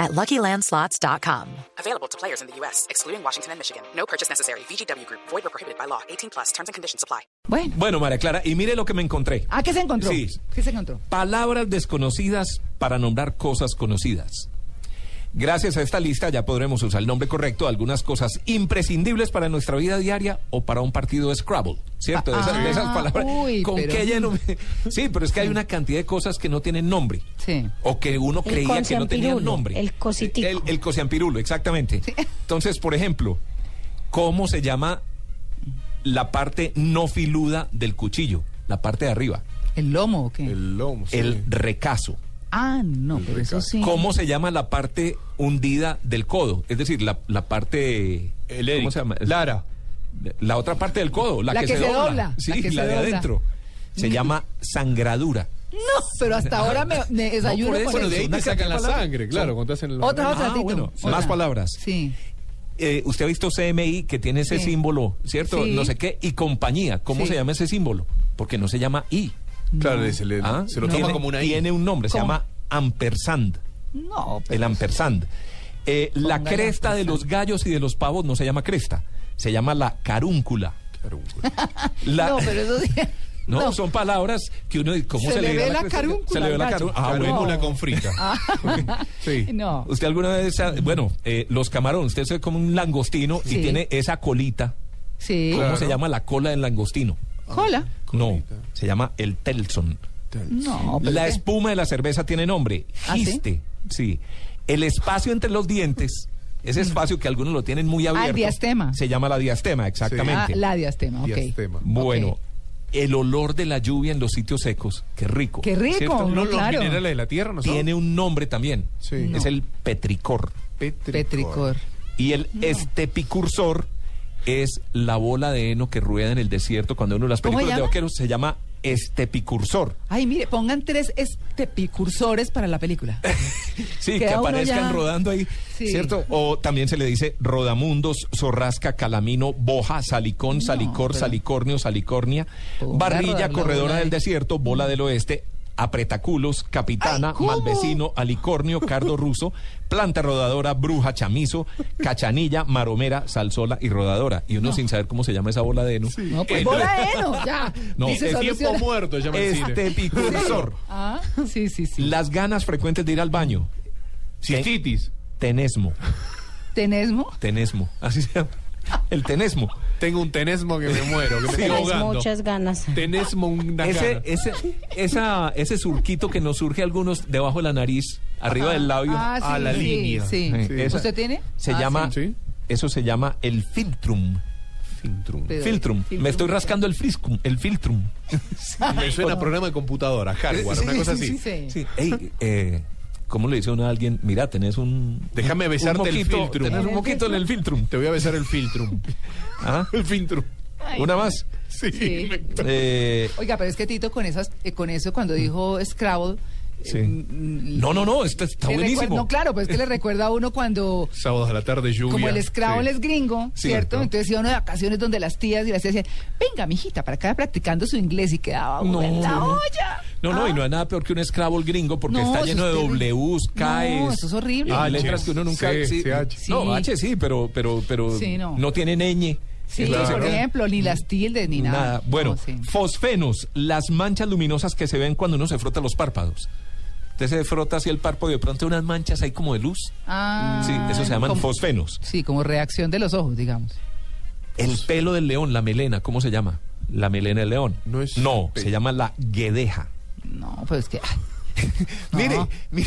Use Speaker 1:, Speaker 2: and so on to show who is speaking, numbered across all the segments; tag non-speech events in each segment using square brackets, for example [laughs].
Speaker 1: at luckylandslots.com.
Speaker 2: Available to players in the U.S., excluding Washington and Michigan. No purchase necessary. VGW Group, void or prohibited by law. 18 plus terms and conditions apply.
Speaker 3: Bueno,
Speaker 4: Bueno, María Clara, y mire lo que me encontré.
Speaker 3: ¿a qué se encontró?
Speaker 4: Sí.
Speaker 3: ¿Qué se encontró?
Speaker 4: Palabras desconocidas para nombrar cosas conocidas. Gracias a esta lista ya podremos usar el nombre correcto de algunas cosas imprescindibles para nuestra vida diaria o para un partido de Scrabble, ¿cierto? De esas, de esas
Speaker 3: Ah,
Speaker 4: palabras.
Speaker 3: uy,
Speaker 4: ¿Con
Speaker 3: pero-
Speaker 4: qué
Speaker 3: [laughs]
Speaker 4: lleno? Sí, pero es que hay una cantidad de cosas que no tienen nombre.
Speaker 3: Sí.
Speaker 4: O que uno
Speaker 5: El
Speaker 4: creía que no tenían
Speaker 5: cosiampirulo,
Speaker 4: nombre.
Speaker 5: el cositico.
Speaker 4: El, el cosiampirulo, exactamente. Entonces, por ejemplo, ¿cómo se llama la parte no filuda del cuchillo? La parte de arriba.
Speaker 3: ¿El lomo o qué?
Speaker 6: El lomo. sí.
Speaker 4: el recazo.
Speaker 3: Ah, no, pero eso sí.
Speaker 4: ¿Cómo se llama la parte hundida del codo? Es decir, la, la parte...
Speaker 6: El
Speaker 4: ¿Cómo
Speaker 6: Eric.
Speaker 4: se llama? Lara. La otra parte del codo, la,
Speaker 3: La que se dobla, la
Speaker 4: Sí,
Speaker 3: que
Speaker 4: la,
Speaker 3: se
Speaker 4: de
Speaker 3: dobla.
Speaker 4: adentro. Se
Speaker 3: [laughs]
Speaker 4: llama sangradura.
Speaker 3: No, pero hasta ahora me, me desayuno
Speaker 4: por eso, pero
Speaker 3: con
Speaker 6: Bueno, de
Speaker 3: eso.
Speaker 6: ahí te
Speaker 4: Una
Speaker 6: sacan la
Speaker 4: cantidad de
Speaker 6: sangre, claro, cuando te hacen el...
Speaker 3: Otra, otra,
Speaker 4: Ah,
Speaker 3: Tito.
Speaker 4: bueno,
Speaker 3: Otra.
Speaker 4: más palabras.
Speaker 3: Sí.
Speaker 4: Eh, usted ha visto CMI que tiene ese
Speaker 3: Sí.
Speaker 4: símbolo, ¿cierto?
Speaker 3: Sí.
Speaker 4: No sé qué. Y compañía, ¿cómo
Speaker 3: Sí.
Speaker 4: se llama ese símbolo? Porque no se llama I.
Speaker 6: Claro, se, le-
Speaker 4: ¿ah?
Speaker 6: se lo
Speaker 4: tiene,
Speaker 6: toma como una I.
Speaker 4: Tiene un nombre, se
Speaker 3: ¿Cómo?
Speaker 4: llama ampersand.
Speaker 3: No, pero.
Speaker 4: El ampersand. Eh, la
Speaker 3: Póngale
Speaker 4: cresta de los gallos y de los pavos no se llama cresta, se llama la carúncula. La-
Speaker 3: No, pero eso sí.
Speaker 4: [laughs] No, son palabras que uno dice, ¿cómo
Speaker 3: Se
Speaker 4: se,
Speaker 3: le ve
Speaker 4: da
Speaker 3: la
Speaker 4: cresta? Se
Speaker 3: carúncula
Speaker 4: le ve
Speaker 3: al
Speaker 4: la
Speaker 3: gallo.
Speaker 4: carúncula.
Speaker 3: Ah.
Speaker 4: Ah,
Speaker 3: Carúncula.
Speaker 4: bueno.
Speaker 6: una con [laughs] frita. sí.
Speaker 3: [laughs] No.
Speaker 4: Usted alguna vez, ha- bueno, eh, los camarones, usted es como un langostino
Speaker 3: Sí.
Speaker 4: y tiene esa colita.
Speaker 3: Sí.
Speaker 4: ¿Cómo
Speaker 6: Claro.
Speaker 4: se llama la cola del langostino?
Speaker 3: Cola.
Speaker 4: No, se llama el telson.
Speaker 3: No, pero.
Speaker 4: La
Speaker 3: ¿qué?
Speaker 4: espuma de la cerveza tiene nombre,
Speaker 3: ¿Ah, sí?
Speaker 4: giste. sí? El espacio entre los dientes, ese espacio que algunos lo tienen muy abierto.
Speaker 3: Mm. Ah, diastema.
Speaker 4: Se llama la diastema,
Speaker 3: Ah,
Speaker 4: exactamente.
Speaker 3: la diastema, ok.
Speaker 6: Diastema.
Speaker 4: Bueno,
Speaker 3: Ok.
Speaker 4: el olor de la lluvia en los sitios secos, qué rico.
Speaker 3: Qué rico,
Speaker 4: ¿cierto?
Speaker 3: no,
Speaker 6: No, los
Speaker 3: claro.
Speaker 6: minerales de la tierra, ¿no son?
Speaker 4: Tiene un nombre también.
Speaker 6: Sí.
Speaker 4: Es
Speaker 3: No.
Speaker 4: el petricor.
Speaker 6: Petricor.
Speaker 3: Petricor.
Speaker 4: Y el estepicursor es la bola de heno que rueda en el desierto cuando uno de las
Speaker 3: ¿Cómo
Speaker 4: películas de
Speaker 3: llama?
Speaker 4: vaqueros se llama estepicursor.
Speaker 3: Ay, mire, pongan tres estepicursores para
Speaker 4: [laughs]
Speaker 3: la película.
Speaker 4: Sí, que
Speaker 3: Queda uno
Speaker 4: aparezcan
Speaker 3: ya-
Speaker 4: rodando ahí,
Speaker 3: Sí.
Speaker 4: ¿cierto? O también se le dice rodamundos, zorrasca, calamino, boja, salicón, salicor,
Speaker 3: pero-
Speaker 4: salicornio, salicornia,
Speaker 3: Ponga a rodar
Speaker 4: barrilla,
Speaker 3: la bola
Speaker 4: corredora
Speaker 3: ahí.
Speaker 4: del desierto, bola del oeste, apretaculos, capitana,
Speaker 3: Ay, ¿cómo?
Speaker 4: malvecino, alicornio, cardo ruso, planta rodadora, bruja, chamizo, cachanilla, maromera, salsola y rodadora. Y uno sin saber cómo se llama esa bola de heno.
Speaker 3: No, pues
Speaker 4: Eh,
Speaker 3: bola de heno, ya.
Speaker 4: No,
Speaker 3: Dice
Speaker 4: es
Speaker 3: soluciona.
Speaker 6: Tiempo muerto, llama el cine.
Speaker 4: Estepicursor.
Speaker 3: Ah, sí, sí, sí.
Speaker 4: Este Las ganas frecuentes de ir al baño.
Speaker 6: Cistitis.
Speaker 4: Tenesmo.
Speaker 3: ¿Tenesmo?
Speaker 4: Tenesmo, así se llama. El tenesmo.
Speaker 6: [laughs] Tengo un tenesmo que me muero, que me estoy
Speaker 5: Traes
Speaker 6: ahogando.
Speaker 5: muchas ganas.
Speaker 6: Tenesmo una
Speaker 4: Ese,
Speaker 6: gana.
Speaker 4: ese, esa, ese surquito que nos surge a algunos debajo de la nariz, arriba del labio.
Speaker 3: Ah, sí,
Speaker 6: a la
Speaker 3: sí,
Speaker 6: línea.
Speaker 3: Sí.
Speaker 4: Sí, esa-
Speaker 3: ¿Usted tiene?
Speaker 4: Se
Speaker 3: Ah,
Speaker 4: llama,
Speaker 6: sí. Sí.
Speaker 4: eso se llama el filtrum.
Speaker 6: Filtrum.
Speaker 3: Pero-
Speaker 4: Filtrum.
Speaker 3: filtrum.
Speaker 4: Me estoy rascando el friscum, el filtrum.
Speaker 6: Me suena a programa de computadora, hardware, una cosa así.
Speaker 3: sí, sí.
Speaker 4: Sí. Ey, eh, ¿cómo le dice uno a alguien? Mira, tenés un...
Speaker 6: Déjame
Speaker 4: un
Speaker 6: besarte el
Speaker 4: moquito,
Speaker 6: filtrum.
Speaker 4: Tenés un moquito en el filtrum.
Speaker 6: Te voy a besar el filtrum.
Speaker 4: Ah,
Speaker 6: [laughs] El filtrum.
Speaker 4: Una más.
Speaker 6: Sí.
Speaker 3: Sí.
Speaker 6: me-
Speaker 4: Eh,
Speaker 3: Oiga, pero es que Tito con esas, eh, con eso cuando dijo Scrabble.
Speaker 4: Sí.
Speaker 3: mm, mm,
Speaker 4: no, no, no, esto está
Speaker 3: le recuer-
Speaker 4: buenísimo.
Speaker 3: No, claro, pero es que le recuerda a uno cuando.
Speaker 6: Sábados a la tarde, lluvia.
Speaker 3: Como el Scrabble
Speaker 6: Sí.
Speaker 3: es gringo,
Speaker 4: Sí,
Speaker 3: ¿cierto?
Speaker 4: claro.
Speaker 3: Entonces iba uno de vacaciones donde las tías y las tías decían, venga, mijita, para acá practicando su inglés y quedaba uno
Speaker 4: No.
Speaker 3: en la olla.
Speaker 4: No, no,
Speaker 3: Ah.
Speaker 4: y no hay nada peor que un Scrabble gringo porque
Speaker 3: No,
Speaker 4: está
Speaker 3: eso
Speaker 4: lleno
Speaker 3: es
Speaker 4: de
Speaker 3: terrible.
Speaker 4: W's,
Speaker 3: No,
Speaker 4: K's.
Speaker 3: eso es horrible.
Speaker 4: Ah,
Speaker 3: H,
Speaker 4: letras que uno nunca.
Speaker 6: C,
Speaker 4: sí.
Speaker 6: CH.
Speaker 3: Sí.
Speaker 4: No, H sí, pero, pero, pero
Speaker 3: Sí, no.
Speaker 4: no. tiene ñ.
Speaker 3: Ah, Sí,
Speaker 4: Entonces,
Speaker 3: por
Speaker 4: ¿no?
Speaker 3: ejemplo, ni las tildes ni nada.
Speaker 4: Nada. Bueno,
Speaker 3: No, sí.
Speaker 4: fosfenos, las manchas luminosas que se ven cuando uno se frota los párpados. Usted se frota así el párpado y de pronto unas manchas ahí como de luz.
Speaker 3: Ah,
Speaker 4: Sí, eso se llaman
Speaker 3: como-
Speaker 4: fosfenos.
Speaker 3: Sí, como reacción de los ojos, digamos.
Speaker 4: El pelo del león, la melena, ¿cómo se llama? La melena del león.
Speaker 6: No es
Speaker 4: no
Speaker 6: pe-
Speaker 4: se llama la guedeja.
Speaker 3: No, pues que.
Speaker 4: [laughs] Mire, mire,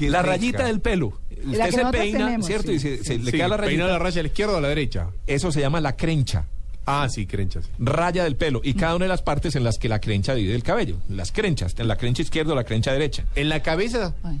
Speaker 4: la
Speaker 6: rica.
Speaker 4: rayita del pelo.
Speaker 3: La
Speaker 4: Usted
Speaker 3: que
Speaker 4: se
Speaker 3: nosotros
Speaker 4: peina,
Speaker 3: tenemos,
Speaker 4: ¿cierto?
Speaker 3: sí,
Speaker 4: y se, se le
Speaker 6: Sí,
Speaker 4: queda la
Speaker 6: peinar
Speaker 4: rayita.
Speaker 6: la raya a la izquierda o a la derecha.
Speaker 4: Eso se llama la crencha,
Speaker 6: Ah, sí, crenchas.
Speaker 4: raya del pelo.
Speaker 3: Mm.
Speaker 4: Y cada una de las partes en las que la crencha divide el cabello. Las crenchas, en la crencha izquierda o la crencha derecha.
Speaker 6: En la cabeza,
Speaker 3: Ay,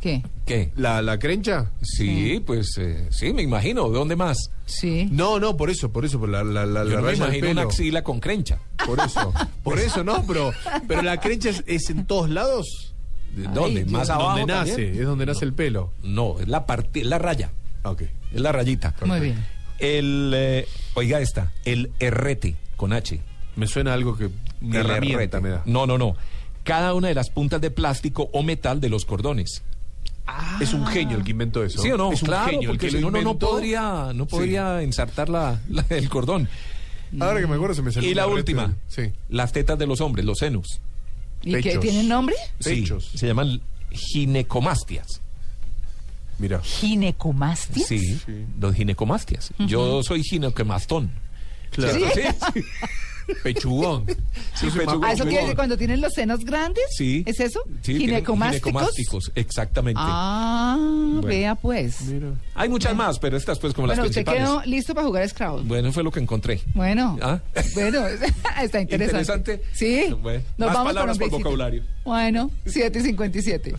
Speaker 3: ¿Qué?
Speaker 4: ¿Qué?
Speaker 6: ¿La, la crencha?
Speaker 4: Sí, pues eh, sí, me imagino. ¿De dónde más?
Speaker 3: Sí.
Speaker 6: No, no, por eso, por eso, por la, la, la,
Speaker 4: Yo
Speaker 6: la
Speaker 4: no me
Speaker 6: raya del
Speaker 4: imagino una
Speaker 6: pelo.
Speaker 4: axila con crencha.
Speaker 6: Por eso, por eso no, pero, pero la crencha es, es en todos lados.
Speaker 4: ¿De dónde?
Speaker 3: Dios.
Speaker 4: ¿Más abajo
Speaker 6: donde nace,
Speaker 4: también?
Speaker 6: es donde nace el pelo.
Speaker 4: No, es la, parte, la raya.
Speaker 6: Ah, Ok.
Speaker 4: Es la rayita.
Speaker 3: Muy bien.
Speaker 4: El, eh, oiga esta, el errete con H.
Speaker 6: Me suena algo que una
Speaker 4: El
Speaker 6: herramienta
Speaker 4: herrete.
Speaker 6: me da.
Speaker 4: No, no, no. Cada una de las puntas de plástico o metal de los cordones.
Speaker 6: Ah. Es un genio el que inventó eso.
Speaker 4: ¿Sí o no?
Speaker 6: Es un
Speaker 4: claro,
Speaker 6: genio el
Speaker 4: porque
Speaker 6: que
Speaker 4: si
Speaker 6: lo
Speaker 4: no, no, no
Speaker 6: inventó.
Speaker 4: podría, no
Speaker 6: Sí.
Speaker 4: podría ensartar la- la- el cordón.
Speaker 6: Ahora que me acuerdo se me salió
Speaker 4: Y la
Speaker 6: una red
Speaker 4: última,
Speaker 6: de- Sí.
Speaker 4: las tetas de los hombres, los senos.
Speaker 3: ¿Y qué?
Speaker 6: Pechos.
Speaker 3: ¿Tienen nombre?
Speaker 4: Sí,
Speaker 6: Pechos.
Speaker 4: se llaman ginecomastias.
Speaker 6: Mira.
Speaker 3: ¿Ginecomastia?
Speaker 4: Sí, los ginecomastias. Yo soy ginecomastón.
Speaker 6: Claro.
Speaker 4: Sí, sí.
Speaker 6: [laughs] Pechugón.
Speaker 4: Sí,
Speaker 6: Yo soy
Speaker 4: pechugón.
Speaker 3: Ah, ¿eso quiere decir
Speaker 6: pechugón.
Speaker 3: cuando tienen los senos grandes?
Speaker 4: Sí.
Speaker 3: ¿Es eso?
Speaker 4: Sí, tienen
Speaker 3: ¿Ginecomásticos?
Speaker 4: ginecomásticos, exactamente.
Speaker 3: Ah, vea pues.
Speaker 4: Hay muchas más, pero estas pues como
Speaker 3: Bueno,
Speaker 4: las
Speaker 3: usted
Speaker 4: principales.
Speaker 3: quedó listo para jugar Scrabble.
Speaker 4: Bueno, fue lo que encontré.
Speaker 3: Bueno,
Speaker 4: Ah.
Speaker 3: bueno, [laughs] está interesante.
Speaker 4: Interesante.
Speaker 3: Sí,
Speaker 4: Bueno,
Speaker 3: nos
Speaker 4: más
Speaker 3: vamos con
Speaker 4: palabras
Speaker 3: un
Speaker 4: por
Speaker 3: breakcito.
Speaker 4: vocabulario.
Speaker 3: Bueno, 7 y 57.